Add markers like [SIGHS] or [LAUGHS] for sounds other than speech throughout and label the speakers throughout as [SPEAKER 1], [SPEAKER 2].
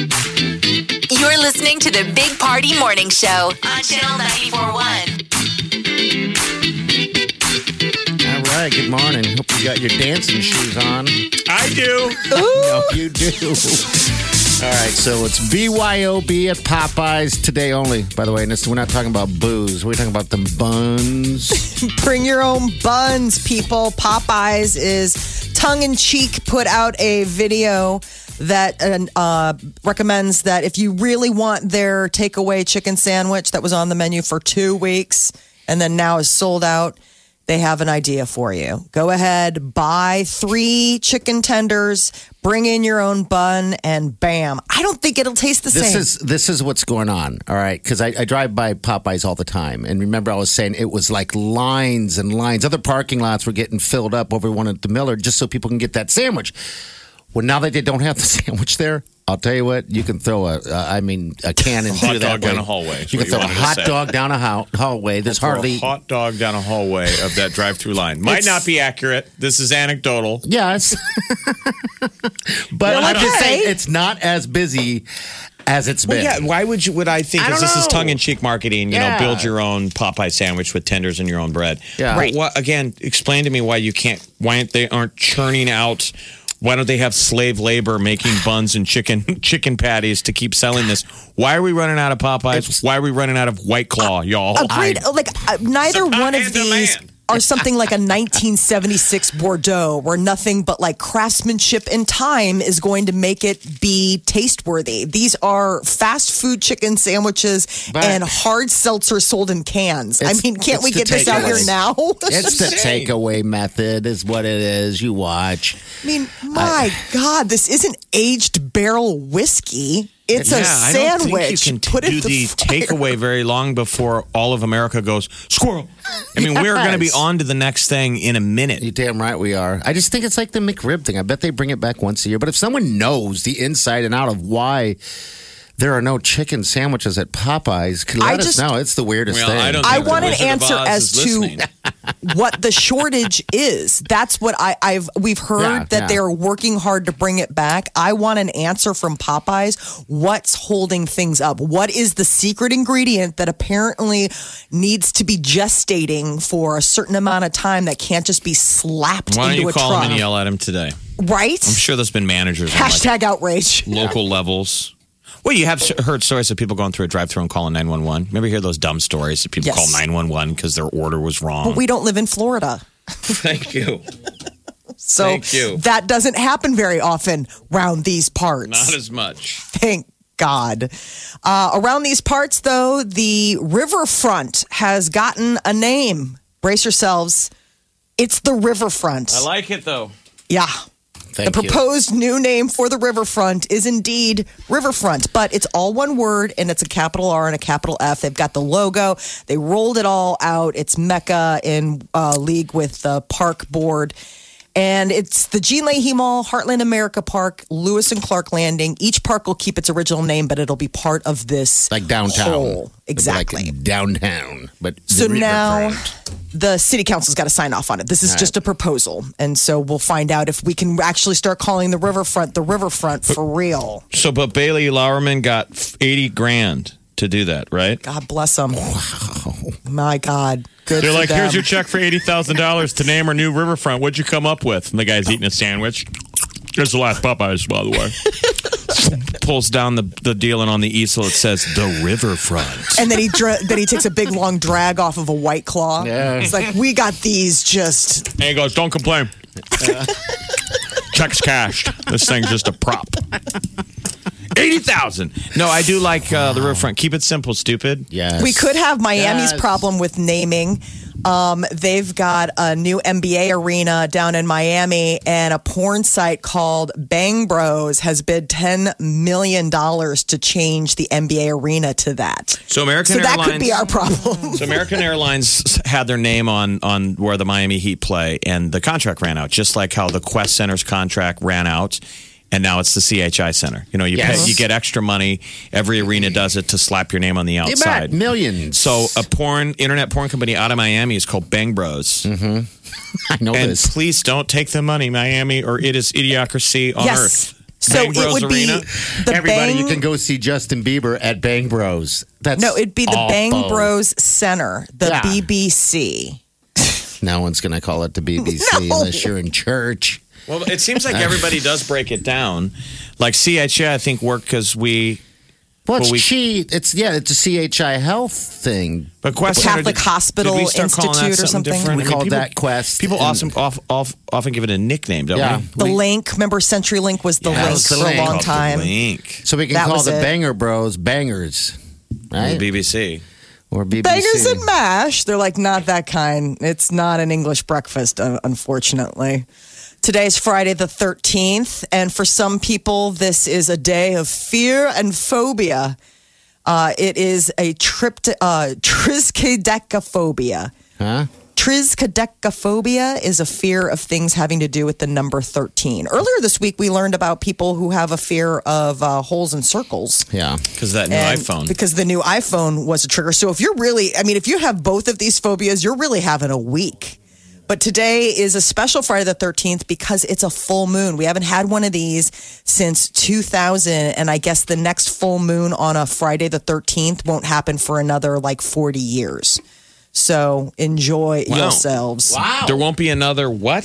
[SPEAKER 1] You're listening to the Big Party Morning Show on Channel 941.
[SPEAKER 2] All right, good morning. Hope you got your dancing shoes on.
[SPEAKER 3] I do.
[SPEAKER 2] No, you do. All right, so it's BYOB at Popeyes today only, by the way. And this, we're not talking about booze. We're talking about the buns.
[SPEAKER 4] Bring your own buns, people. Popeyes is tongue in cheek put out a video that uh, recommends that if you really want their takeaway chicken sandwich that was on the menu for two weeks and then now is sold out, they have an idea for you. Go ahead, buy three chicken tenders, bring in your own bun, and bam. I don't think it'll taste the
[SPEAKER 2] This
[SPEAKER 4] same.
[SPEAKER 2] is this is what's going on, all right? Because I, I drive by Popeyes all the time, and remember, I was saying it was like lines and lines. Other parking lots were getting filled up over one at the Miller just so people can get that sandwich. Well, now that they don't have the [LAUGHS] sandwich there, I'll tell you what, you can throw a, uh, I mean, a cannon
[SPEAKER 3] [LAUGHS] Hot
[SPEAKER 2] through that
[SPEAKER 3] dog down
[SPEAKER 2] way.
[SPEAKER 3] a hallway is
[SPEAKER 2] You
[SPEAKER 3] what
[SPEAKER 2] can throw
[SPEAKER 3] you
[SPEAKER 2] a
[SPEAKER 3] wanted to
[SPEAKER 2] hot
[SPEAKER 3] say.
[SPEAKER 2] dog down a hall- hallway. There's
[SPEAKER 3] Throw
[SPEAKER 2] hardly.
[SPEAKER 3] a hot dog down a hallway of that drive-through line might
[SPEAKER 2] It's-
[SPEAKER 3] not be accurate. This is anecdotal.
[SPEAKER 2] Yes. [LAUGHS] but
[SPEAKER 4] Well,
[SPEAKER 2] I'm just
[SPEAKER 4] okay.
[SPEAKER 2] saying it's not as busy as it's been.
[SPEAKER 3] why would you? Would I think?
[SPEAKER 2] I don't
[SPEAKER 3] is this is
[SPEAKER 2] know.
[SPEAKER 3] tongue-in-cheek marketing. You
[SPEAKER 2] Yeah.
[SPEAKER 3] know, build your own Popeye sandwich with tenders and your own bread.
[SPEAKER 2] Yeah.
[SPEAKER 3] But
[SPEAKER 2] Right.
[SPEAKER 3] what- again, explain to me why you can't. Why aren't they aren't churning out? Why don't they have slave labor making buns and chicken [LAUGHS] chicken patties to keep selling this? Why are we running out of Popeyes? why are we running out of White Claw, y'all?
[SPEAKER 4] Agreed. like uh, neither
[SPEAKER 3] Supply
[SPEAKER 4] one of
[SPEAKER 3] and
[SPEAKER 4] these
[SPEAKER 3] demand.
[SPEAKER 4] are something like a 1976 Bordeaux, where nothing but like craftsmanship and time is going to make it be taste worthy. These are fast food chicken sandwiches
[SPEAKER 2] But-
[SPEAKER 4] and hard seltzer sold in cans. I
[SPEAKER 2] It's-
[SPEAKER 4] mean, can't
[SPEAKER 2] it's
[SPEAKER 4] we
[SPEAKER 2] the
[SPEAKER 4] get this out here
[SPEAKER 2] takeaway.
[SPEAKER 4] now? [LAUGHS]
[SPEAKER 2] [LAUGHS] It's the takeaway method, is what it is. You watch.
[SPEAKER 4] I mean, my God, this isn't aged barrel whiskey. It's a
[SPEAKER 3] I don't
[SPEAKER 4] sandwich.
[SPEAKER 3] think you can t-
[SPEAKER 4] Put it
[SPEAKER 3] do
[SPEAKER 4] in
[SPEAKER 3] the
[SPEAKER 4] fryer.
[SPEAKER 3] takeaway very long before all of America goes squirrel. I mean, we're going to be
[SPEAKER 2] Yes.
[SPEAKER 3] on to the next thing in a
[SPEAKER 2] You
[SPEAKER 3] minute.
[SPEAKER 2] damn right we are. I just think it's like the McRib thing. I bet they bring it back once a year. But if someone knows the inside and out of why there are no chicken sandwiches at Popeyes, could
[SPEAKER 4] I
[SPEAKER 2] let us
[SPEAKER 4] just-
[SPEAKER 2] know. It's the weirdest
[SPEAKER 3] Well,
[SPEAKER 2] thing.
[SPEAKER 3] I don't
[SPEAKER 4] I
[SPEAKER 3] think the
[SPEAKER 4] want an
[SPEAKER 3] Wizard of
[SPEAKER 4] answer
[SPEAKER 3] Oz
[SPEAKER 4] as
[SPEAKER 3] is
[SPEAKER 4] to- [LAUGHS]
[SPEAKER 3] listening.
[SPEAKER 4] what the shortage is. That's what I, I've we've heard
[SPEAKER 2] Yeah,
[SPEAKER 4] that
[SPEAKER 2] yeah.
[SPEAKER 4] they are working hard to bring it back. I want an answer from Popeyes. What's holding things up? What is the secret ingredient that apparently needs to be gestating for a certain amount of time that can't just be slapped
[SPEAKER 3] Why don't
[SPEAKER 4] into
[SPEAKER 3] you
[SPEAKER 4] a
[SPEAKER 3] call him
[SPEAKER 4] truck?
[SPEAKER 3] and yell at him today?
[SPEAKER 4] Right?
[SPEAKER 3] I'm sure there's been managers on like
[SPEAKER 4] Hashtag outrage.
[SPEAKER 3] local levels. Well, you have s- heard stories of people going through a drive-through and calling 911. Remember, you hear those dumb stories that people
[SPEAKER 4] Yes.
[SPEAKER 3] call 911 because their order was wrong.
[SPEAKER 4] We don't live in Florida.
[SPEAKER 3] [LAUGHS] Thank you.
[SPEAKER 4] So
[SPEAKER 3] Thank you.
[SPEAKER 4] that doesn't happen very often round these parts.
[SPEAKER 3] Not as much.
[SPEAKER 4] Thank God. Uh, around these parts, though, the riverfront has gotten a name. Brace yourselves. It's the riverfront.
[SPEAKER 3] I like it though.
[SPEAKER 4] yeah.
[SPEAKER 2] Thank
[SPEAKER 4] the
[SPEAKER 2] you.
[SPEAKER 4] proposed new name for the riverfront is indeed riverfront, but it's all one word and it's a capital R and a capital F. They've got the logo. They rolled it all out. It's Mecca in uh, league with the park board. And it's the Gene Leahy Mall, Heartland America Park, Lewis and Clark Landing. Each park will keep its original name, but it'll be part of this
[SPEAKER 2] like downtown.
[SPEAKER 4] whole.
[SPEAKER 2] Like
[SPEAKER 4] Exactly.
[SPEAKER 2] downtown. But
[SPEAKER 4] So
[SPEAKER 2] the
[SPEAKER 4] now
[SPEAKER 2] riverfront.
[SPEAKER 4] the city council's got to sign off on it. This is just a proposal. And so we'll find out if we can actually start calling the riverfront the riverfront for real.
[SPEAKER 3] So, but Bailey Lauerman got f- 80 grand to do that, right?
[SPEAKER 4] God bless them. My God. Good
[SPEAKER 3] They're
[SPEAKER 4] for
[SPEAKER 3] like, here's
[SPEAKER 4] them."
[SPEAKER 3] your check for eighty thousand dollars to name our new riverfront. What'd you come up with? And the guy's eating a sandwich. Here's the last Popeyes, by the way. [LAUGHS] Pulls down the, the deal, and on the easel it says the riverfront.
[SPEAKER 4] and then he dra- then he takes a big long drag off of a white claw.
[SPEAKER 2] Yeah.
[SPEAKER 4] It's like we got these just
[SPEAKER 3] And he goes, "Don't complain. Uh. Check's cashed. This thing's just a prop." Eighty thousand. No, I do like uh, the riverfront. Keep it simple, stupid.
[SPEAKER 2] Yes.
[SPEAKER 4] we could have Miami's
[SPEAKER 2] Yes.
[SPEAKER 4] problem with naming. Um, they've got a new NBA arena down in Miami, and a porn site called Bang Bros has bid ten million dollars to change the NBA arena to that.
[SPEAKER 3] So American
[SPEAKER 4] So that
[SPEAKER 3] Airlines.
[SPEAKER 4] could be our problem.
[SPEAKER 3] So American Airlines had their name on on where the Miami Heat play, and the contract ran out, just like how the Quest Center's contract ran out, and now it's the CHI Center. You know, you
[SPEAKER 2] Yes.
[SPEAKER 3] pay, you get extra money. Every arena does it to slap your name on the
[SPEAKER 2] You bet,
[SPEAKER 3] outside.
[SPEAKER 2] millions.
[SPEAKER 3] So a porn internet porn company out of Miami is called Bang
[SPEAKER 2] [LAUGHS]
[SPEAKER 3] Bros,
[SPEAKER 2] I know
[SPEAKER 3] and
[SPEAKER 2] Mm-hmm. this.
[SPEAKER 3] please don't take the money, Miami, or it is idiocracy
[SPEAKER 4] [LAUGHS]
[SPEAKER 3] on
[SPEAKER 4] yes.
[SPEAKER 3] earth.
[SPEAKER 4] So
[SPEAKER 3] Bang Bros
[SPEAKER 4] it would be
[SPEAKER 3] Arena?
[SPEAKER 4] the
[SPEAKER 2] Everybody,
[SPEAKER 4] Bang.
[SPEAKER 2] you can go see Justin Bieber at Bang Bros. That's
[SPEAKER 4] no, it'd be the Bang
[SPEAKER 2] awful.
[SPEAKER 4] Bros Center, the
[SPEAKER 2] Yeah.
[SPEAKER 4] BBC.
[SPEAKER 2] No one's going to call it the BBC
[SPEAKER 4] [LAUGHS] No.
[SPEAKER 2] unless you're in church.
[SPEAKER 3] Well, it seems like
[SPEAKER 2] [LAUGHS]
[SPEAKER 3] everybody does break it down. Like CHI, I think work because we.
[SPEAKER 2] Well, it's
[SPEAKER 3] Well, we-
[SPEAKER 2] chi. It's yeah, it's a CHI health thing.
[SPEAKER 3] But Quest Center,
[SPEAKER 4] Catholic
[SPEAKER 3] did-
[SPEAKER 4] Hospital
[SPEAKER 3] did we start calling that
[SPEAKER 4] Institute or something?
[SPEAKER 3] different?
[SPEAKER 2] We
[SPEAKER 3] I mean,
[SPEAKER 2] called
[SPEAKER 3] people-
[SPEAKER 2] that Quest.
[SPEAKER 3] People
[SPEAKER 2] and-
[SPEAKER 3] often, off, off, often give it a nickname, don't
[SPEAKER 2] Yeah.
[SPEAKER 3] we?
[SPEAKER 4] The
[SPEAKER 2] We-
[SPEAKER 4] link, remember CenturyLink was the
[SPEAKER 2] Yeah,
[SPEAKER 4] link
[SPEAKER 2] it's the
[SPEAKER 4] for
[SPEAKER 2] link.
[SPEAKER 4] a long
[SPEAKER 3] Called the
[SPEAKER 4] time.
[SPEAKER 3] Link.
[SPEAKER 2] So we can
[SPEAKER 4] That
[SPEAKER 2] call
[SPEAKER 4] was
[SPEAKER 2] the
[SPEAKER 4] it.
[SPEAKER 2] Banger Bros bangers, right?
[SPEAKER 3] The BBC.
[SPEAKER 2] or BBC.
[SPEAKER 4] Bangers and mash. They're like not that kind. It's not an English breakfast, uh, unfortunately. Today's Friday the 13th, and for some people, this is a day of fear and phobia. Uh, it is a tript- uh, triskaidekaphobia.
[SPEAKER 2] Huh?
[SPEAKER 4] Triskaidekaphobia is a fear of things having to do with the number 13. Earlier this week, we learned about people who have a fear of uh, holes and circles.
[SPEAKER 2] Yeah.
[SPEAKER 3] Because that new
[SPEAKER 4] And
[SPEAKER 3] iPhone.
[SPEAKER 4] because the new iPhone was a trigger. So if you're really, I mean, if you have both of these phobias, you're really having a week. But today is a special Friday the 13th because it's a full moon. We haven't had one of these since 2000. And I guess the next full moon on a Friday the 13th won't happen for another like 40 years. So enjoy
[SPEAKER 3] Wow.
[SPEAKER 4] yourselves.
[SPEAKER 3] There won't be another what?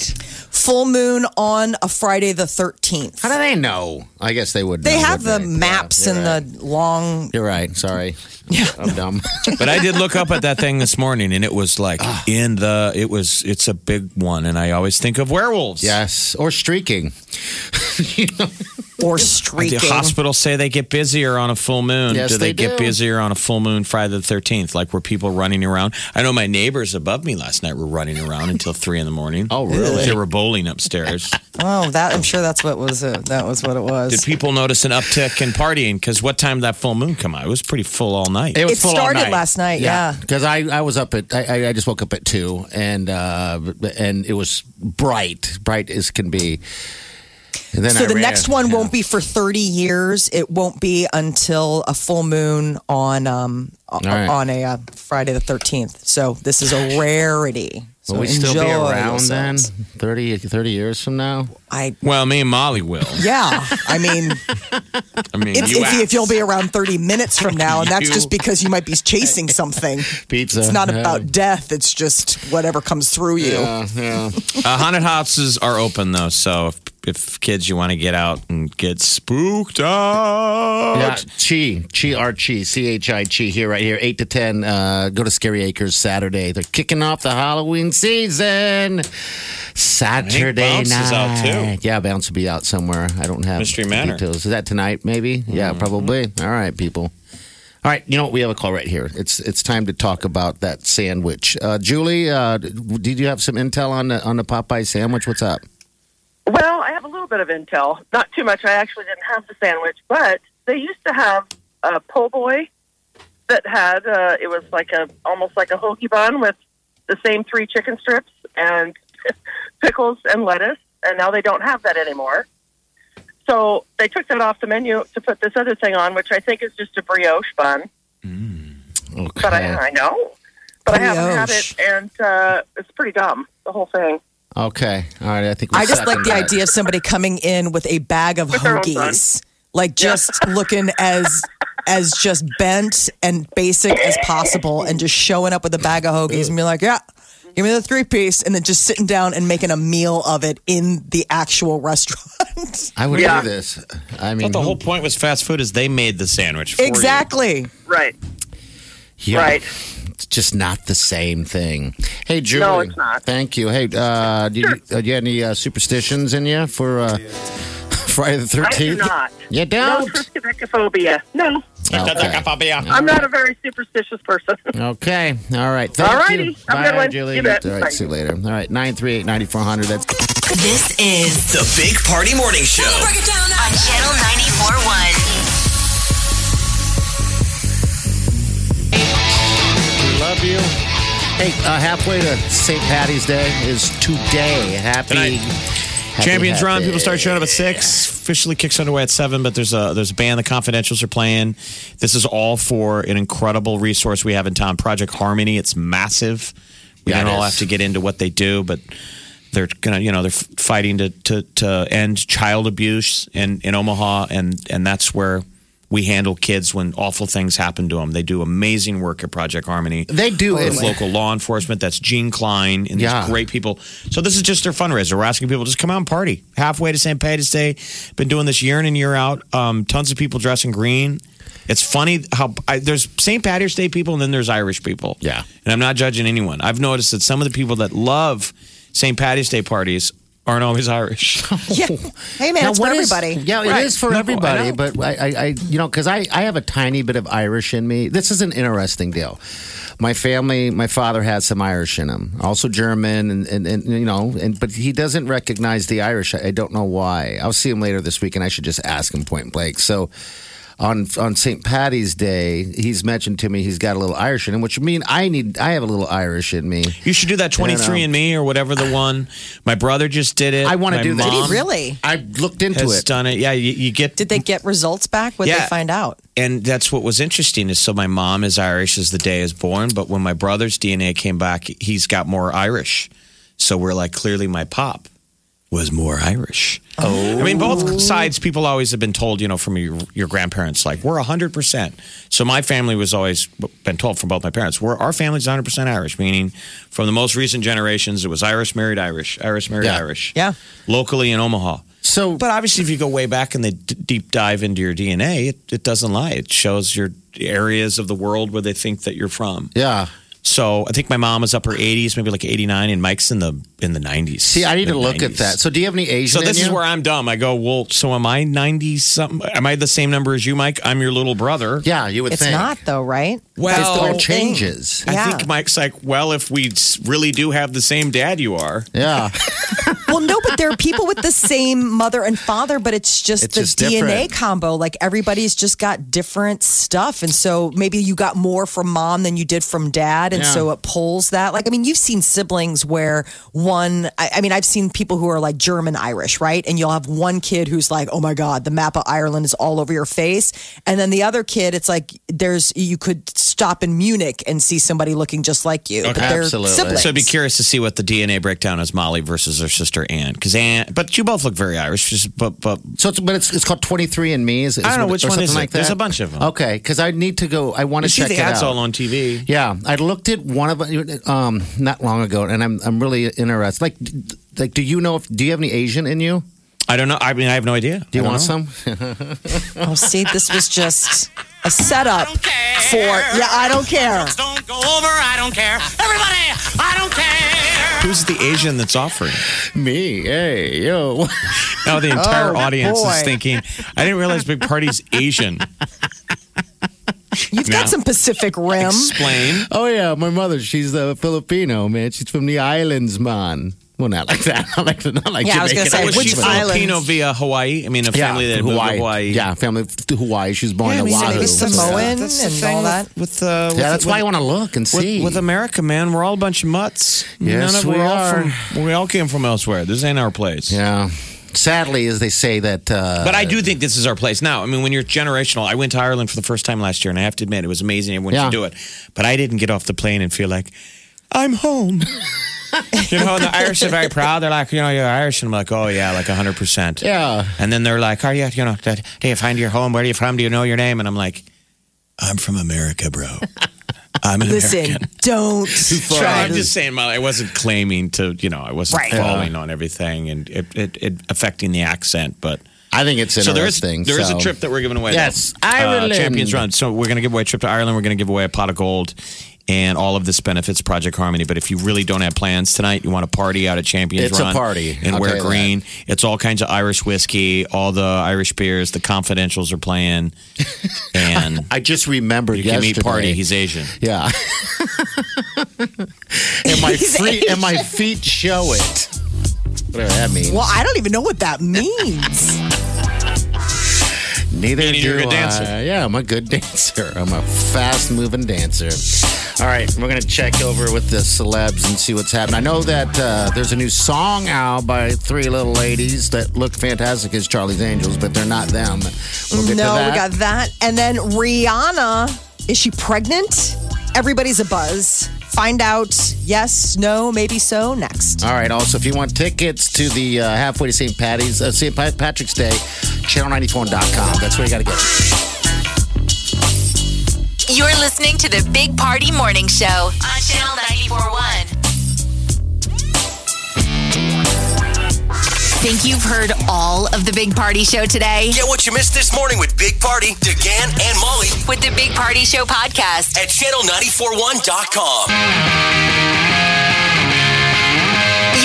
[SPEAKER 4] Full moon on a Friday the 13th.
[SPEAKER 2] How do they know? I guess they would.
[SPEAKER 4] They
[SPEAKER 2] know,
[SPEAKER 4] have the
[SPEAKER 2] wouldn't they?
[SPEAKER 4] maps
[SPEAKER 2] Yeah,
[SPEAKER 4] and
[SPEAKER 2] you're right.
[SPEAKER 4] the long
[SPEAKER 2] You're right. Sorry. Yeah. I'm
[SPEAKER 4] [LAUGHS]
[SPEAKER 2] dumb.
[SPEAKER 3] But I did look up at that thing this morning, and it was like
[SPEAKER 2] Ah.
[SPEAKER 3] in the. It was. It's a big one, and I always think of werewolves.
[SPEAKER 2] yes. Or streaking. [LAUGHS]
[SPEAKER 4] or
[SPEAKER 3] The
[SPEAKER 4] streaking.
[SPEAKER 3] hospitals say they get busier on a full moon.
[SPEAKER 2] Yes,
[SPEAKER 3] do they,
[SPEAKER 2] they
[SPEAKER 3] get
[SPEAKER 2] do.
[SPEAKER 3] busier on a full moon Friday the 13th? Like, were people running around? I know my neighbors above me last night were running around until 3 in the morning.
[SPEAKER 2] Oh, really?
[SPEAKER 3] They were bowling
[SPEAKER 2] [LAUGHS]
[SPEAKER 3] upstairs.
[SPEAKER 4] Oh, that I'm sure that's what was it. That was what it
[SPEAKER 3] Did
[SPEAKER 4] was.
[SPEAKER 3] people notice an uptick in partying? Because what time did that full moon come out? It was pretty full all night.
[SPEAKER 4] It started last night, yeah.
[SPEAKER 2] Because I, I was up at I, I- I just woke up at two and uh and it was bright bright as can be. And then
[SPEAKER 4] So
[SPEAKER 2] I
[SPEAKER 4] the
[SPEAKER 2] ran-
[SPEAKER 4] next one won't be for 30 years. It won't be until a full moon on um o-
[SPEAKER 2] right.
[SPEAKER 4] on a uh, Friday the 13th. So this is a rarity. So
[SPEAKER 2] Will we still be
[SPEAKER 4] enjoy
[SPEAKER 2] around then?
[SPEAKER 4] yourselves.
[SPEAKER 2] 30, 30 years from now?
[SPEAKER 4] I
[SPEAKER 3] Well, me and Molly will.
[SPEAKER 4] yeah.
[SPEAKER 2] [LAUGHS]
[SPEAKER 4] I mean,
[SPEAKER 3] I mean,
[SPEAKER 4] if,
[SPEAKER 3] you
[SPEAKER 4] if, if
[SPEAKER 3] asked.
[SPEAKER 4] you'll be around 30 minutes from now, and that's
[SPEAKER 3] You-
[SPEAKER 4] just because you might be chasing something.
[SPEAKER 2] Pizza. [LAUGHS]
[SPEAKER 4] It's not
[SPEAKER 2] Yeah.
[SPEAKER 4] about death. It's just whatever comes through you.
[SPEAKER 2] Yeah, yeah.
[SPEAKER 3] Uh, haunted houses are open though, so if, if kids you want to get out and get spooked out,
[SPEAKER 2] Yeah, Chi, Chi Archie, C H I Chi here, right here, 8 to 10. Uh, go to Scary Acres Saturday. They're kicking off the Halloween season. Saturday
[SPEAKER 3] Bounce is
[SPEAKER 2] night.
[SPEAKER 3] out, too.
[SPEAKER 2] Yeah, Bounce will be out somewhere. I don't have
[SPEAKER 3] Mystery Manor. Mm-hmm.
[SPEAKER 2] details. Is that tonight, maybe? Yeah, probably. All right, people. All right, you know what? We have a call right here. It's it's time to talk about that sandwich. Uh, Julie, uh, did you have some intel on the, on the Popeye sandwich? What's up?
[SPEAKER 5] Well, I have a little bit of intel, not too much. I actually didn't have the sandwich, but they used to have a po' boy that had uh, it was like a almost like a hoagie bun with the same three chicken strips and [LAUGHS] pickles and lettuce, and now they don't have that anymore. So they took that off the menu to put this other thing on, which I think is just a brioche bun.
[SPEAKER 2] Okay.
[SPEAKER 5] But I, I know, but I haven't had
[SPEAKER 4] Brioche.
[SPEAKER 5] it, and uh, it's pretty dumb. The whole thing.
[SPEAKER 2] okay. All right. I think we
[SPEAKER 4] I just
[SPEAKER 2] second
[SPEAKER 4] like the
[SPEAKER 2] that.
[SPEAKER 4] idea of somebody coming in with a bag of
[SPEAKER 5] With their own
[SPEAKER 4] hoagies, like just looking as as just bent and basic as possible, and just showing up with a bag of hoagies and be like, yeah. Give me the three piece, and then just sitting down and making a meal of it in the actual
[SPEAKER 2] [LAUGHS]
[SPEAKER 4] restaurant.
[SPEAKER 2] I would
[SPEAKER 5] Yeah.
[SPEAKER 2] do this. I mean,
[SPEAKER 3] But the
[SPEAKER 2] who-
[SPEAKER 3] whole point was fast food is they made the sandwich. For you.
[SPEAKER 4] exactly.
[SPEAKER 5] Right.
[SPEAKER 2] Yeah.
[SPEAKER 5] Right.
[SPEAKER 2] It's just not the same thing. Hey, Julie.
[SPEAKER 5] No, it's not.
[SPEAKER 2] Thank you. Hey, uh, do, you, uh, do you have any uh, superstitions in you [LAUGHS] for uh, Friday the 13th?
[SPEAKER 5] I do not.
[SPEAKER 2] You
[SPEAKER 5] No
[SPEAKER 2] don't? Uh-huh.
[SPEAKER 5] triskaidekaphobia. No.
[SPEAKER 2] Okay.
[SPEAKER 5] I'm not a very superstitious person.
[SPEAKER 2] Okay. All right. Thank
[SPEAKER 5] Alrighty.
[SPEAKER 2] you.
[SPEAKER 5] Have a
[SPEAKER 2] Bye,
[SPEAKER 5] good one.
[SPEAKER 2] Julie.
[SPEAKER 5] You bet.
[SPEAKER 2] All right.
[SPEAKER 5] Bye.
[SPEAKER 2] See you later. All right. 938 9400. That's
[SPEAKER 1] This is
[SPEAKER 6] The Big Party Morning Show.
[SPEAKER 1] on Channel 94.1.
[SPEAKER 3] We love you.
[SPEAKER 2] hey, uh, halfway to St. Patty's Day is today. Happy.
[SPEAKER 3] Tonight.
[SPEAKER 2] happy,
[SPEAKER 3] Champions
[SPEAKER 2] happy.
[SPEAKER 3] run. People start showing up at six. Officially kicks underway at seven, but there's a there's a band. The Confidentials are playing. This is all for an incredible resource we have in town, Project Harmony. It's massive. We
[SPEAKER 2] Yeah,
[SPEAKER 3] don't
[SPEAKER 2] it
[SPEAKER 3] all
[SPEAKER 2] is.
[SPEAKER 3] have to get into what they do, but they're gonna you know they're f- fighting to to, to end child abuse in in Omaha, and and that's where. We handle kids when awful things happen to them. They do amazing work at Project Harmony
[SPEAKER 2] They do.
[SPEAKER 3] with
[SPEAKER 2] It,
[SPEAKER 3] local law enforcement. That's Gene Klein and
[SPEAKER 2] Yeah.
[SPEAKER 3] these great people. So this is just their fundraiser. We're asking people just come out and party. Halfway to St. Patrick's Day. Been doing this year in and year out. Um, tons of people dressing green. It's funny how I, there's St. Patrick's Day people and then there's Irish people.
[SPEAKER 2] Yeah.
[SPEAKER 3] And I'm not judging anyone. I've noticed that some of the people that love St. Patrick's Day parties aren't
[SPEAKER 2] [LAUGHS]
[SPEAKER 3] always Irish.
[SPEAKER 5] [LAUGHS]
[SPEAKER 4] Yeah. Hey, man,
[SPEAKER 2] Now,
[SPEAKER 4] it's for
[SPEAKER 2] what is-
[SPEAKER 4] everybody.
[SPEAKER 2] yeah, it is
[SPEAKER 3] Right.
[SPEAKER 2] for
[SPEAKER 3] No, I
[SPEAKER 2] everybody.
[SPEAKER 3] know.
[SPEAKER 2] But I, I, I, you know, because I, I have a tiny bit of Irish in me. This is an interesting deal. My family, my father has some Irish in him, also German, and, and, and you know, and but he doesn't recognize the Irish. I, I don't know why. I'll see him later this week, and I should just ask him point blank. So. On on St. Patty's Day, he's mentioned to me he's got a little Irish in him, which mean I need I have a little Irish in me.
[SPEAKER 3] You should do that
[SPEAKER 2] I don't know.
[SPEAKER 3] 23 and me or whatever the one. My brother just did it.
[SPEAKER 2] I wanna
[SPEAKER 3] My
[SPEAKER 2] do that. Did he
[SPEAKER 3] mom
[SPEAKER 4] Really?
[SPEAKER 2] I looked into
[SPEAKER 3] Has
[SPEAKER 2] it.
[SPEAKER 3] done it. Yeah, you, you get
[SPEAKER 4] Did they get results back? What did
[SPEAKER 3] Yeah.
[SPEAKER 4] they find out?
[SPEAKER 3] and that's what was interesting is so my mom is Irish as the day is born, but when my brother's DNA came back, he's got more Irish. So we're like, clearly my pop was more Irish. Oh, I mean, both sides. People always have been told, you know, from your, your grandparents, like we're hundred percent. So my family was always been told from both my parents, we're our family's hundred percent Irish, meaning from the most recent generations, it was Irish married Irish, Irish married
[SPEAKER 2] Yeah.
[SPEAKER 3] Irish,
[SPEAKER 4] Yeah.
[SPEAKER 3] locally in Omaha.
[SPEAKER 2] So
[SPEAKER 3] But obviously, if you go way back and they d- deep dive into your DNA, it, it doesn't lie. It shows your areas of the world where they think that you're from.
[SPEAKER 2] yeah,
[SPEAKER 3] So I think my mom is up her 80s, maybe like 89, and Mike's in the in the 90s.
[SPEAKER 2] see, I need to look at
[SPEAKER 3] Mid- 90s.
[SPEAKER 2] that. So do you have any Asian?
[SPEAKER 3] So this
[SPEAKER 2] in
[SPEAKER 3] is
[SPEAKER 2] you?
[SPEAKER 3] where I'm dumb. I go, well, so am I 90 something? Am I the same number as you, Mike? I'm your little brother.
[SPEAKER 2] Yeah, you would
[SPEAKER 4] It's
[SPEAKER 2] think.
[SPEAKER 4] not, though, right?
[SPEAKER 3] Well,
[SPEAKER 4] That's the
[SPEAKER 2] It all
[SPEAKER 4] whole thing.
[SPEAKER 2] changes.
[SPEAKER 3] I
[SPEAKER 4] Yeah.
[SPEAKER 3] think Mike's like, well, if we s- really do have the same dad you are,
[SPEAKER 2] Yeah.
[SPEAKER 4] Well, no, but there are people with the same mother and father, but it's just
[SPEAKER 2] It's
[SPEAKER 4] the
[SPEAKER 2] just
[SPEAKER 4] DNA
[SPEAKER 2] different.
[SPEAKER 4] combo. Like everybody's just got different stuff. And so maybe you got more from mom than you did from dad. And
[SPEAKER 2] Yeah.
[SPEAKER 4] so it pulls that. Like, I mean, you've seen siblings where one, I, I mean, I've seen people who are like German Irish, right? And you'll have one kid who's like, oh my God, the map of Ireland is all over your face. And then the other kid, it's like, there's, you could stop in Munich and see somebody looking just like you. But they're
[SPEAKER 2] Absolutely.
[SPEAKER 4] siblings.
[SPEAKER 3] So I'd be curious to see what the DNA breakdown is Molly versus her sister Anne. Because Anne, but you both look very Irish. Just, but but
[SPEAKER 2] So, it's, but it's, it's called 23 and Me. Is, is
[SPEAKER 3] I don't know
[SPEAKER 2] what-
[SPEAKER 3] which
[SPEAKER 2] or
[SPEAKER 3] one
[SPEAKER 2] something
[SPEAKER 3] is it.
[SPEAKER 2] like that?
[SPEAKER 3] There's a bunch of 'em.
[SPEAKER 2] Okay, because I need to go. I want
[SPEAKER 3] you
[SPEAKER 2] to
[SPEAKER 3] see
[SPEAKER 2] check
[SPEAKER 3] the
[SPEAKER 2] it
[SPEAKER 3] ads
[SPEAKER 2] out.
[SPEAKER 3] all on TV.
[SPEAKER 2] yeah, I looked at one of um not long ago, and I'm I'm really interested. Like, d- like, do you know if do you have any Asian in you?
[SPEAKER 3] I don't know. I mean, I have no idea.
[SPEAKER 2] Do you
[SPEAKER 3] I don't
[SPEAKER 2] want
[SPEAKER 3] know.
[SPEAKER 2] some? [LAUGHS]
[SPEAKER 4] Oh, see, this was just a setup for. Yeah, I don't care.
[SPEAKER 7] Don't go over, I don't care. Everybody, I don't care.
[SPEAKER 3] Who's the Asian that's offering?
[SPEAKER 2] Me, hey, yo. [LAUGHS]
[SPEAKER 3] Now the entire
[SPEAKER 4] Oh,
[SPEAKER 3] audience is
[SPEAKER 4] boy.
[SPEAKER 3] thinking, I didn't realize Big Party's Asian.
[SPEAKER 4] You've
[SPEAKER 3] No.
[SPEAKER 4] got some Pacific
[SPEAKER 2] [LAUGHS]
[SPEAKER 4] Rim.
[SPEAKER 3] Explain.
[SPEAKER 2] oh yeah, my mother. She's a Filipino man. She's from the islands, man. Well, not like that. [LAUGHS] Not like not like
[SPEAKER 4] Yeah, I was
[SPEAKER 2] Jamaican.
[SPEAKER 4] gonna say,
[SPEAKER 2] Irish,
[SPEAKER 3] Was
[SPEAKER 4] which
[SPEAKER 3] she
[SPEAKER 2] but-
[SPEAKER 4] island?
[SPEAKER 3] Filipino via Hawaii? I mean, a family that moved to Hawaii.
[SPEAKER 2] Yeah, family f- to Hawaii. She was born
[SPEAKER 3] Yeah,
[SPEAKER 2] in
[SPEAKER 3] I mean,
[SPEAKER 2] Oahu. uh,
[SPEAKER 4] maybe Samoan
[SPEAKER 3] That's the
[SPEAKER 4] and
[SPEAKER 3] thing
[SPEAKER 4] all that.
[SPEAKER 3] with, with, uh, with
[SPEAKER 2] Yeah, that's
[SPEAKER 3] with,
[SPEAKER 2] why I want to look and see.
[SPEAKER 3] With, with America, man, we're all a bunch of mutts.
[SPEAKER 2] Yes,
[SPEAKER 3] None of
[SPEAKER 2] we
[SPEAKER 3] we're
[SPEAKER 2] are.
[SPEAKER 3] All from, we all came from elsewhere. This ain't our place.
[SPEAKER 2] yeah. Sadly, as they say that. Uh,
[SPEAKER 3] But I do think this is our place now. I mean, when you're generational, I went to Ireland for the first time last year, and I have to admit it was amazing. Everyone
[SPEAKER 2] Yeah.
[SPEAKER 3] should do it. But I didn't get off the plane and feel like I'm
[SPEAKER 4] [LAUGHS]
[SPEAKER 3] home. you know, and the Irish are very proud. They're like, you know, you're Irish, and I'm like, oh yeah, like 100. percent
[SPEAKER 2] Yeah.
[SPEAKER 3] And then they're like, are you? You know, do you find your home? Where are you from? Do you know your name? And I'm like, I'm from
[SPEAKER 4] [LAUGHS]
[SPEAKER 3] America, bro. I'm an
[SPEAKER 4] Listen,
[SPEAKER 3] American.
[SPEAKER 4] don't
[SPEAKER 3] [LAUGHS] So
[SPEAKER 4] try
[SPEAKER 3] I'm
[SPEAKER 4] to.
[SPEAKER 3] just saying, Molly, I wasn't claiming to, you know, I wasn't
[SPEAKER 4] Right.
[SPEAKER 3] falling on everything and it, it, it affecting the accent, but.
[SPEAKER 2] I think it's
[SPEAKER 3] So there is
[SPEAKER 2] interesting.
[SPEAKER 3] there is
[SPEAKER 2] so-
[SPEAKER 3] a trip that we're giving away.
[SPEAKER 2] Yes,
[SPEAKER 3] though. Uh,
[SPEAKER 2] Ireland.
[SPEAKER 3] Champions Run. So we're going to give away a trip to Ireland. We're going to give away a pot of gold And all of this benefits Project Harmony. But if you really don't have plans tonight, you want to party out at Champions
[SPEAKER 2] It's a
[SPEAKER 3] Run
[SPEAKER 2] party.
[SPEAKER 3] and
[SPEAKER 2] I'll
[SPEAKER 3] wear
[SPEAKER 2] tell you that.
[SPEAKER 3] green. It's all kinds of Irish whiskey, all the Irish beers. The confidentials are
[SPEAKER 2] [LAUGHS]
[SPEAKER 3] playing, and
[SPEAKER 2] I just remembered
[SPEAKER 3] you can
[SPEAKER 2] yesterday.
[SPEAKER 3] meet party.
[SPEAKER 2] [LAUGHS]
[SPEAKER 3] He's Asian.
[SPEAKER 2] yeah. and
[SPEAKER 3] [LAUGHS]
[SPEAKER 2] my free, and my feet show it. Whatever that means.
[SPEAKER 4] Well, I don't even know what that means.
[SPEAKER 2] Neither
[SPEAKER 3] Meaning
[SPEAKER 2] do
[SPEAKER 3] you're a good
[SPEAKER 2] I.
[SPEAKER 3] dancer.
[SPEAKER 2] Yeah, I'm a good [LAUGHS] dancer. I'm a fast moving dancer. All right, we're gonna check over with the celebs and see what's happening. I know that uh, there's a new song out by three little ladies that look fantastic as Charlie's Angels, but they're not them. We'll get to
[SPEAKER 4] no,
[SPEAKER 2] that.
[SPEAKER 4] we got that. And then Rihanna, is she pregnant? Everybody's a buzz. Find out yes, no, maybe so next.
[SPEAKER 2] All right. Also, if you want tickets to the uh, halfway to St. Patty's, uh, St. Pat- Patrick's Day, channel94.com. That's where you got to go.
[SPEAKER 1] You're listening to the Big Party Morning Show on Channel 94.1. Think you've heard all of the Big Party Show today?
[SPEAKER 6] Get what you missed this morning with Big Party, DeGan, and Molly
[SPEAKER 1] With the Big Party Show podcast.
[SPEAKER 6] at channel941.com.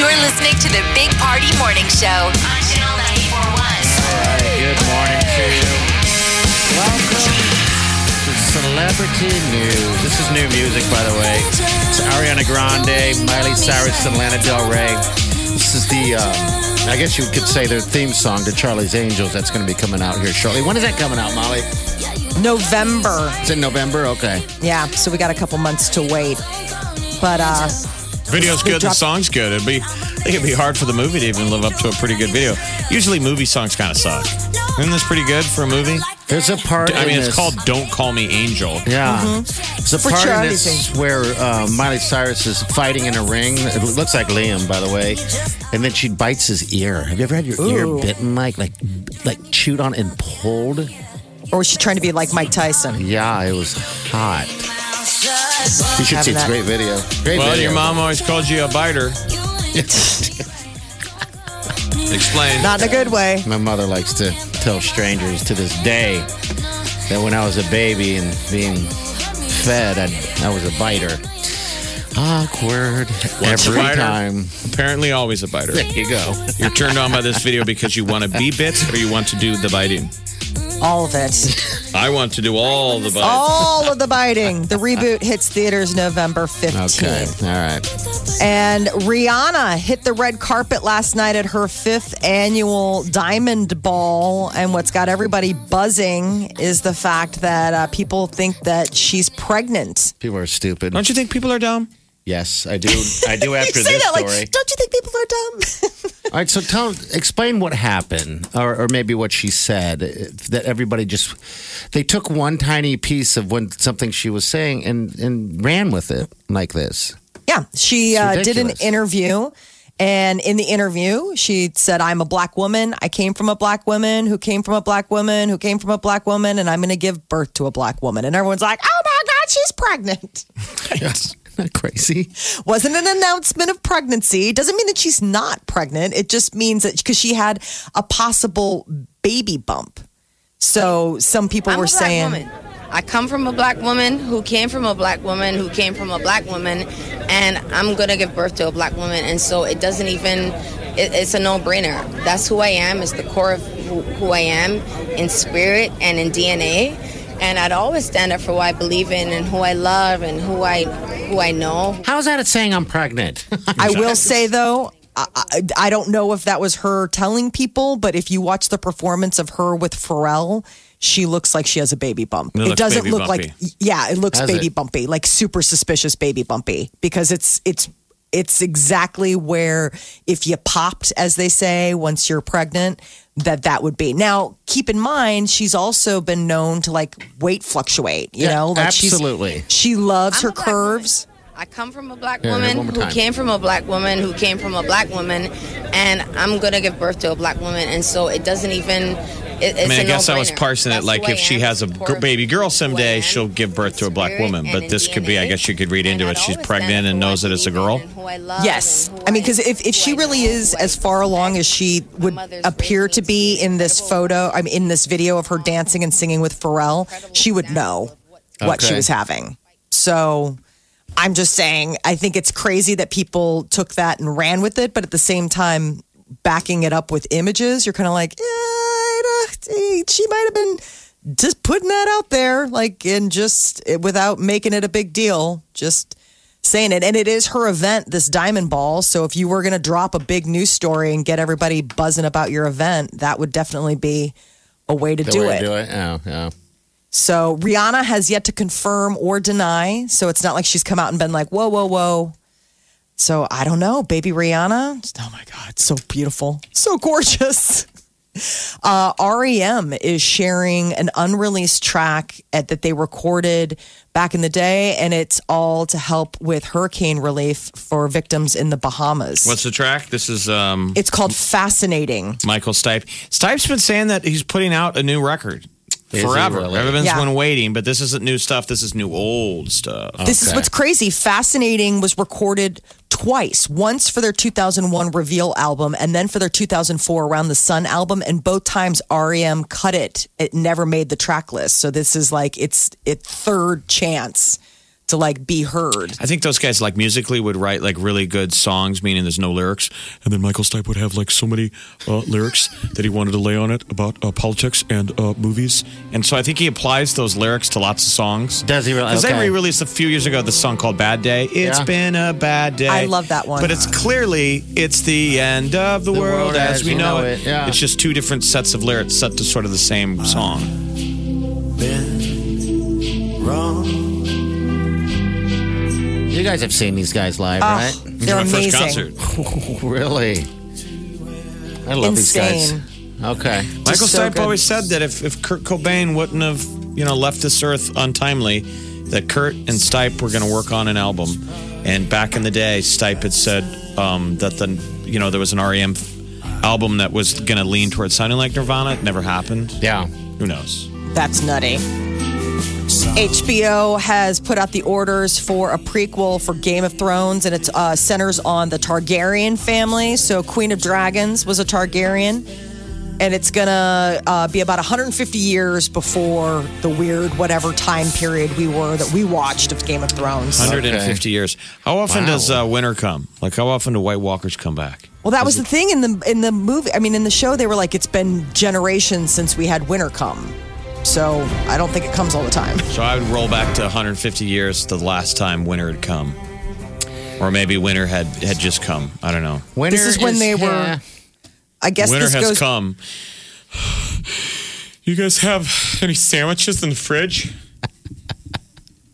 [SPEAKER 1] You're listening to the Big Party Morning Show on Channel 94.1.
[SPEAKER 2] All right. Good morning to you. Welcome to Celebrity News. This is new music, by the way. It's Ariana Grande, Miley Cyrus, and Lana Del Rey. This is the, uh, I guess you could say their theme song to Charlie's Angels. That's going to be coming out here shortly. When is that coming out, Molly?
[SPEAKER 4] November.
[SPEAKER 2] It's in November. Okay.
[SPEAKER 4] Yeah, so we got a couple months to wait. But uh
[SPEAKER 3] Video's good, the
[SPEAKER 4] dropped-
[SPEAKER 3] song's good. It'd be, I think it'd be hard for the movie to even live up to a pretty good video. Usually, movie songs kind of suck. Isn't this pretty good for a movie?
[SPEAKER 2] There's a part.
[SPEAKER 3] I
[SPEAKER 2] in
[SPEAKER 3] mean, it's
[SPEAKER 2] this-
[SPEAKER 3] called "Don't Call Me Angel."
[SPEAKER 2] Yeah.
[SPEAKER 4] Mm-hmm.
[SPEAKER 2] There's a part in
[SPEAKER 4] Charlie's
[SPEAKER 2] this where uh, Miley Cyrus is fighting in a ring. It looks like Liam, by the way. And then she bites his ear. Have you ever had your ear bitten, like, like, like chewed on and pulled?
[SPEAKER 4] or was she trying to be like Mike Tyson?
[SPEAKER 2] Yeah, it was hot. You should
[SPEAKER 4] Have
[SPEAKER 2] see. It's a
[SPEAKER 4] that.
[SPEAKER 2] great video. Great
[SPEAKER 3] Well,
[SPEAKER 2] video.
[SPEAKER 3] your mom always called you a biter. Explain.
[SPEAKER 4] Not in a good way.
[SPEAKER 2] [LAUGHS] My mother likes to tell strangers to this day that when I was a baby and being fed, I, I was a biter. Awkward
[SPEAKER 3] Once a
[SPEAKER 2] every
[SPEAKER 3] biter.
[SPEAKER 2] time.
[SPEAKER 3] Apparently, always a biter.
[SPEAKER 2] There you go.
[SPEAKER 3] You're turned on by this video because you want to be bit or you want to do the biting.
[SPEAKER 4] All of it.
[SPEAKER 3] I want to do all the biting.
[SPEAKER 4] All of the biting. The reboot hits theaters November 15th.
[SPEAKER 2] Okay. All right.
[SPEAKER 4] And Rihanna hit the red carpet last night at her fifth annual Diamond Ball. And what's got everybody buzzing is the fact that uh, people think that she's pregnant.
[SPEAKER 2] People are stupid.
[SPEAKER 3] Don't you think people are dumb?
[SPEAKER 2] Yes, I do. I do after
[SPEAKER 4] [LAUGHS] you say
[SPEAKER 2] this
[SPEAKER 4] that
[SPEAKER 2] story.
[SPEAKER 4] like, don't you think people are dumb? [LAUGHS]
[SPEAKER 2] All right, so tell, explain what happened, or, or maybe what she said. eh, That everybody just they took one tiny piece of when something she was saying and and ran with it like this.
[SPEAKER 4] Yeah, she
[SPEAKER 2] It's
[SPEAKER 4] uh, did an
[SPEAKER 2] ridiculous.
[SPEAKER 4] interview. And in the interview, she said, I'm a black woman. I came from a black woman who came from a black woman who came from a black woman, and I'm going to give birth to a black woman. And everyone's like, oh my God, she's pregnant. [LAUGHS]
[SPEAKER 2] [LAUGHS] Not crazy.
[SPEAKER 4] Wasn't an announcement of pregnancy. Doesn't mean that she's not pregnant. It just means that because she had a possible baby bump. So some people
[SPEAKER 8] I'm
[SPEAKER 4] were
[SPEAKER 8] a black
[SPEAKER 4] saying,
[SPEAKER 8] woman. I come from a black woman who came from a black woman who came from a black woman, and I'm gonna give birth to a black woman, and so it doesn't even. It, it's a no-brainer. That's who I am. It's the core of who, who I am in spirit and in DNA, and I'd always stand up for what I believe in and who I love and who I who I know,
[SPEAKER 2] How is that it's saying I'm pregnant? [LAUGHS]
[SPEAKER 4] I will say though, I, I, I don't know if that was her telling people, but if you watch the performance of her with Pharrell, she looks like she has a baby bump.
[SPEAKER 3] It
[SPEAKER 4] It,
[SPEAKER 3] looks
[SPEAKER 4] doesn't
[SPEAKER 3] baby
[SPEAKER 4] look
[SPEAKER 3] bumpy.
[SPEAKER 4] like yeah, it looks
[SPEAKER 2] Does
[SPEAKER 4] baby
[SPEAKER 2] it?
[SPEAKER 4] bumpy, like super suspicious baby bumpy because it's it's it's exactly where if you popped as they say once you're pregnant that that would be. Now, keep in mind she's also been known to like weight fluctuate, you
[SPEAKER 2] Yeah,
[SPEAKER 4] know, like she's-
[SPEAKER 2] absolutely.
[SPEAKER 4] she loves
[SPEAKER 8] I'm
[SPEAKER 4] her
[SPEAKER 8] a black woman.
[SPEAKER 4] curves.
[SPEAKER 8] I come from a black
[SPEAKER 2] Yeah,
[SPEAKER 8] woman
[SPEAKER 2] one more
[SPEAKER 8] who
[SPEAKER 2] time.
[SPEAKER 8] came from a black woman who came from a black woman, and I'm gonna give birth to a black woman, and so it doesn't even. It, it's
[SPEAKER 3] I mean, I
[SPEAKER 8] a
[SPEAKER 3] guess I was
[SPEAKER 8] no-brainer.
[SPEAKER 3] parsing it
[SPEAKER 8] That's
[SPEAKER 3] like
[SPEAKER 8] who I
[SPEAKER 3] if she
[SPEAKER 8] am,
[SPEAKER 3] has a
[SPEAKER 8] core
[SPEAKER 3] gr-
[SPEAKER 8] of
[SPEAKER 3] baby
[SPEAKER 8] who I
[SPEAKER 3] girl someday,
[SPEAKER 8] am,
[SPEAKER 3] she'll give birth to a black
[SPEAKER 8] spirit
[SPEAKER 3] woman.
[SPEAKER 8] and
[SPEAKER 3] But
[SPEAKER 8] in
[SPEAKER 3] this could be, I
[SPEAKER 8] DNA,
[SPEAKER 3] guess you could read into
[SPEAKER 8] and
[SPEAKER 3] it.
[SPEAKER 8] I'd
[SPEAKER 3] She's
[SPEAKER 8] always
[SPEAKER 3] pregnant
[SPEAKER 8] stand up
[SPEAKER 3] and
[SPEAKER 8] for
[SPEAKER 3] knows
[SPEAKER 8] what
[SPEAKER 3] that it's a
[SPEAKER 8] believe in
[SPEAKER 3] girl.
[SPEAKER 8] and who I love
[SPEAKER 4] Yes.
[SPEAKER 8] and who
[SPEAKER 4] I mean, because
[SPEAKER 8] know,
[SPEAKER 4] if, if
[SPEAKER 8] who
[SPEAKER 4] she
[SPEAKER 8] I
[SPEAKER 4] really
[SPEAKER 8] know,
[SPEAKER 4] is
[SPEAKER 8] who I
[SPEAKER 4] as far along as
[SPEAKER 8] respect.
[SPEAKER 4] she would
[SPEAKER 8] My mother's
[SPEAKER 4] appear
[SPEAKER 8] raised
[SPEAKER 4] to
[SPEAKER 8] me
[SPEAKER 4] be
[SPEAKER 8] be
[SPEAKER 4] in this
[SPEAKER 8] incredible
[SPEAKER 4] photo, I mean, in this video of her dancing and singing with Pharrell, she would know what she
[SPEAKER 2] Okay.
[SPEAKER 4] was having. So I'm just saying, I think it's crazy that people took that and ran with it, but at the same time, backing it up with images, you're kind of like, eh, I don't- eh, she might have been just putting that out there, like, and just it, without making it a big deal, just saying it. And it is her event, this Diamond Ball. So if you were going to drop a big news story and get everybody buzzing about your event, that would definitely be a way to
[SPEAKER 2] The
[SPEAKER 4] do
[SPEAKER 2] way
[SPEAKER 4] it.
[SPEAKER 2] to do it. Oh, yeah.
[SPEAKER 4] So Rihanna has yet to confirm or deny. So it's not like she's come out and been like, whoa, whoa, whoa. So I don't know. Baby Rihanna. Oh my God. So beautiful. So gorgeous. [LAUGHS] Uh, REM is sharing an unreleased track at, that they recorded back in the day, and it's all to help with hurricane relief for victims in the Bahamas.
[SPEAKER 3] What's the track? This is um,
[SPEAKER 4] it's called Fascinating.
[SPEAKER 3] Michael Stipe. Stipe's been saying that he's putting out a new record
[SPEAKER 2] Is he
[SPEAKER 3] forever.
[SPEAKER 2] really?
[SPEAKER 3] Everyone's
[SPEAKER 4] Yeah.
[SPEAKER 3] been waiting, but this isn't new stuff. This is new old stuff.
[SPEAKER 4] This is
[SPEAKER 2] Okay.
[SPEAKER 4] what's crazy. Fascinating was recorded twice. Once for their 2001 Reveal album, and then for their 2004 Around the Sun album. And both times REM cut it. It never made the track list. So this is like its its third chance to like be heard.
[SPEAKER 3] I think those guys, like musically, would write like really good songs, meaning there's no lyrics. And then Michael Stipe would have like so many uh, lyrics that he wanted to lay on it about uh, politics and uh, movies. And so I think he applies those lyrics to lots of songs.
[SPEAKER 2] Does he really?
[SPEAKER 3] Because
[SPEAKER 2] Okay.
[SPEAKER 3] they re-released a few years ago the song called "Bad Day." It's
[SPEAKER 2] Yeah.
[SPEAKER 3] been a bad day.
[SPEAKER 4] I love that one.
[SPEAKER 3] But it's clearly it's the end of the,
[SPEAKER 2] The
[SPEAKER 3] world, as we know, it.
[SPEAKER 2] yeah.
[SPEAKER 3] It's just two different sets of lyrics set to sort of the same song.
[SPEAKER 2] You guys have seen these guys live,
[SPEAKER 4] Ah,
[SPEAKER 2] right? [LAUGHS]
[SPEAKER 4] they're
[SPEAKER 3] My
[SPEAKER 4] amazing.
[SPEAKER 3] first concert.
[SPEAKER 2] Really? I love
[SPEAKER 4] Insane.
[SPEAKER 2] these guys. Okay.
[SPEAKER 3] Michael
[SPEAKER 4] so
[SPEAKER 3] Stipe
[SPEAKER 4] good.
[SPEAKER 3] always said that if, if Kurt Cobain wouldn't have, you know, left this earth untimely, that Kurt and Stipe were going to work on an album. And back in the day, Stipe had said um, that the, you know, there was an REM f- album that was going to lean towards sounding like Nirvana. It never happened.
[SPEAKER 2] Yeah.
[SPEAKER 3] Who knows?
[SPEAKER 4] That's nutty. HBO has put out the orders for a prequel for Game of Thrones, and it uh, centers on the Targaryen family. So, Queen of Dragons was a Targaryen, and it's gonna uh, be about 150 years before the weird whatever time period we were that we watched of Game of Thrones.
[SPEAKER 3] 150 years. How often
[SPEAKER 2] Wow.
[SPEAKER 3] does uh, winter come? Like, how often do White Walkers come back?
[SPEAKER 4] Well, that was the thing in the in the movie. I mean, in the show, they were like, "It's been generations since we had winter come," so I don't think it comes all the time. [LAUGHS]
[SPEAKER 3] So I would roll back to 150 years to the last time winter had come. Or maybe winter had, had just come. I don't know.
[SPEAKER 2] Winter
[SPEAKER 4] This is when they were- I guess
[SPEAKER 3] Winter
[SPEAKER 4] this goes
[SPEAKER 3] has come. [SIGHS] You guys have any sandwiches in the fridge?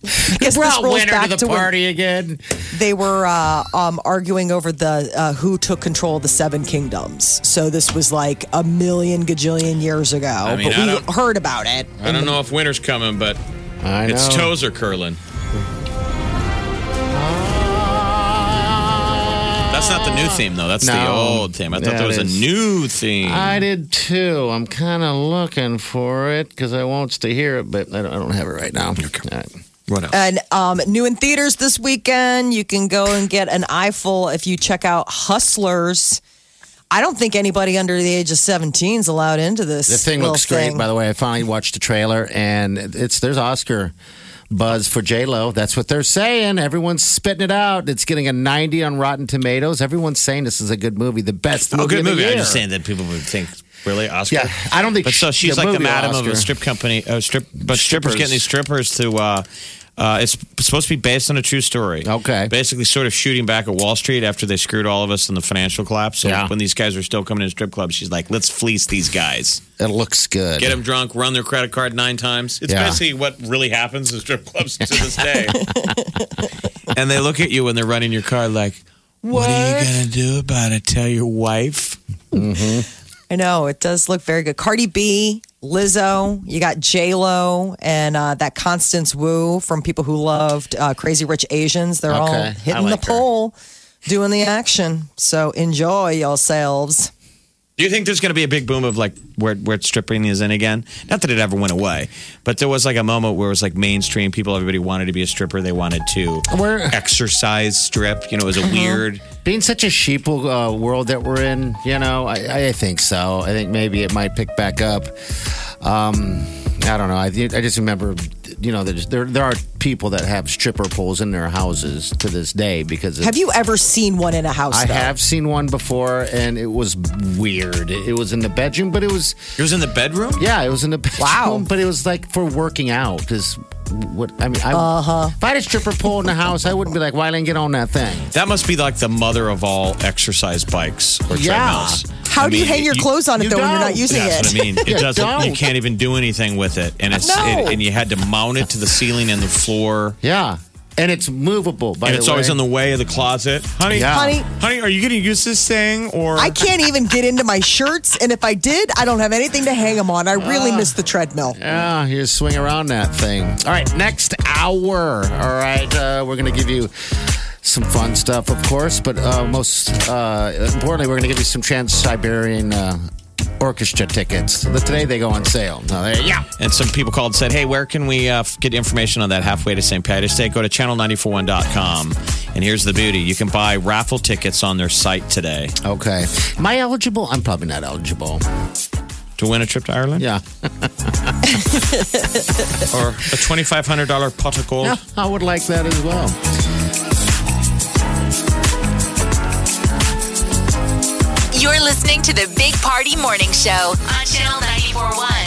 [SPEAKER 4] Yes, this
[SPEAKER 2] brought
[SPEAKER 4] rolls
[SPEAKER 2] winter
[SPEAKER 4] back
[SPEAKER 2] to the
[SPEAKER 4] when
[SPEAKER 2] party again.
[SPEAKER 4] they were uh, um, arguing over the uh, who took control of the Seven Kingdoms. So this was like a million gajillion years ago,
[SPEAKER 3] mean,
[SPEAKER 4] but
[SPEAKER 3] I
[SPEAKER 4] we
[SPEAKER 3] don't-
[SPEAKER 4] heard about it.
[SPEAKER 3] I don't know if winter's coming, but
[SPEAKER 2] I know.
[SPEAKER 3] its toes are curling. That's not the new theme, though. That's the
[SPEAKER 2] No.
[SPEAKER 3] old theme. I thought
[SPEAKER 2] Yeah,
[SPEAKER 3] there was
[SPEAKER 2] it is.
[SPEAKER 3] a new theme.
[SPEAKER 2] I did too. I'm kind of looking for it because I wants to hear it, but I don't, I don't have it right now. Uh, All right.
[SPEAKER 3] what else?
[SPEAKER 4] And um, new in theaters this weekend, you can go and get an eyeful if you check out Hustlers. I don't think anybody under the age of 17 is allowed into this.
[SPEAKER 2] The thing
[SPEAKER 4] little
[SPEAKER 2] looks great,
[SPEAKER 4] thing.
[SPEAKER 2] by the way. I finally watched the trailer, and it's there's Oscar buzz for J Lo. That's what they're saying. Everyone's spitting it out. It's getting a 90 on Rotten Tomatoes. Everyone's saying this is a good movie, the best movie.
[SPEAKER 3] oh, good
[SPEAKER 2] of the
[SPEAKER 3] movie.
[SPEAKER 2] Year.
[SPEAKER 3] I'm just saying that people would think, really, Oscar?
[SPEAKER 2] Yeah, I don't think
[SPEAKER 3] But so
[SPEAKER 2] sh-
[SPEAKER 3] she's
[SPEAKER 2] the
[SPEAKER 3] like the
[SPEAKER 2] movie
[SPEAKER 3] madam of a
[SPEAKER 2] Oscar.
[SPEAKER 3] strip company, uh, strip, but strippers
[SPEAKER 2] Strippers.
[SPEAKER 3] getting these strippers to. Uh, uh, it's supposed to be based on a true story.
[SPEAKER 2] Okay.
[SPEAKER 3] Basically, sort of shooting back at Wall Street after they screwed all of us in the financial collapse. So
[SPEAKER 2] Yeah.
[SPEAKER 3] when these guys are still coming in strip clubs, she's like, "Let's fleece these guys,
[SPEAKER 2] It looks good.
[SPEAKER 3] get them drunk, run their credit card nine times." It's
[SPEAKER 2] Yeah.
[SPEAKER 3] basically what really happens in strip clubs to this day. and they look at you when they're running your car like, "What, are you gonna do about it? Tell your wife?"
[SPEAKER 4] I know it does look very good. Cardi B, Lizzo, you got J Lo, and uh, that Constance Wu from people who loved uh, Crazy Rich Asians. They're all
[SPEAKER 2] Okay, I
[SPEAKER 4] hitting
[SPEAKER 2] like
[SPEAKER 4] the
[SPEAKER 2] her.
[SPEAKER 4] pole, doing the action. So enjoy yourselves.
[SPEAKER 3] Do you think there's going to be a big boom of like where where stripping is in again? Not that it ever went away, but there was like a moment where it was like mainstream people. Everybody wanted to be a stripper. They wanted to
[SPEAKER 2] Where-
[SPEAKER 3] exercise strip. You know, it
[SPEAKER 4] Uh-huh.
[SPEAKER 3] was a weird.
[SPEAKER 2] Being such a sheeple uh, world that we're in, you know, I, I think so. I think maybe it might pick back up. Um, I don't know. I, I just remember you know, there's, there there are people that have stripper poles in their houses to this day because it's-
[SPEAKER 4] Have you ever seen one in a house?
[SPEAKER 2] I
[SPEAKER 4] though?
[SPEAKER 2] have seen one before, and it was weird. It it was in the bedroom, but it was
[SPEAKER 3] It was in the bedroom?
[SPEAKER 2] yeah, it was in the [LAUGHS] bedroom.
[SPEAKER 4] Wow.
[SPEAKER 2] But it was like for working out because what I mean, I,
[SPEAKER 4] Uh-huh.
[SPEAKER 2] if I had a stripper pole in the house, I wouldn't be like, why didn't I get on that thing?
[SPEAKER 3] That must be like the mother of all exercise bikes or
[SPEAKER 2] Yeah.
[SPEAKER 3] treadmills.
[SPEAKER 4] How
[SPEAKER 3] I
[SPEAKER 4] do you
[SPEAKER 3] mean,
[SPEAKER 4] hang your clothes on it
[SPEAKER 2] you
[SPEAKER 4] though when you're not
[SPEAKER 2] don't.
[SPEAKER 4] using
[SPEAKER 3] That's
[SPEAKER 4] it?
[SPEAKER 3] what
[SPEAKER 4] [LAUGHS]
[SPEAKER 3] I mean. It
[SPEAKER 2] You
[SPEAKER 3] doesn't. You
[SPEAKER 2] don't.
[SPEAKER 3] can't even do anything with it, and it's
[SPEAKER 4] No.
[SPEAKER 3] and, and you had to mount it to the ceiling and the floor,
[SPEAKER 2] Yeah, and it's movable. By
[SPEAKER 3] and
[SPEAKER 2] the
[SPEAKER 3] it's always
[SPEAKER 2] way.
[SPEAKER 3] in the way of the closet, honey.
[SPEAKER 2] Yeah.
[SPEAKER 4] Honey,
[SPEAKER 3] Honey, are you going to use this thing or?
[SPEAKER 4] I can't even get into my shirts, and if I did, I don't have anything to hang them on. I really
[SPEAKER 2] Ah.
[SPEAKER 4] miss the treadmill.
[SPEAKER 2] Yeah, you just swing around that thing. All right, next hour. All right, uh, we're going to give you some fun stuff, of course, but uh, most uh, importantly, we're going to give you some Trans Siberian uh, Orchestra tickets. The- Today they go on sale. No, there you go.
[SPEAKER 3] And some people called and said, hey, where can we uh, f- get information on that halfway to St. Patrick's Day? Go to channel941.com. And here's the beauty you can buy raffle tickets on their site today
[SPEAKER 2] Okay. Am I eligible? I'm probably not eligible.
[SPEAKER 3] to win a trip to Ireland
[SPEAKER 2] Yeah.
[SPEAKER 3] or a $2,500 pot of gold.
[SPEAKER 2] Yeah, I would like that as well.
[SPEAKER 1] You're listening to the Big Party Morning Show on Channel 941.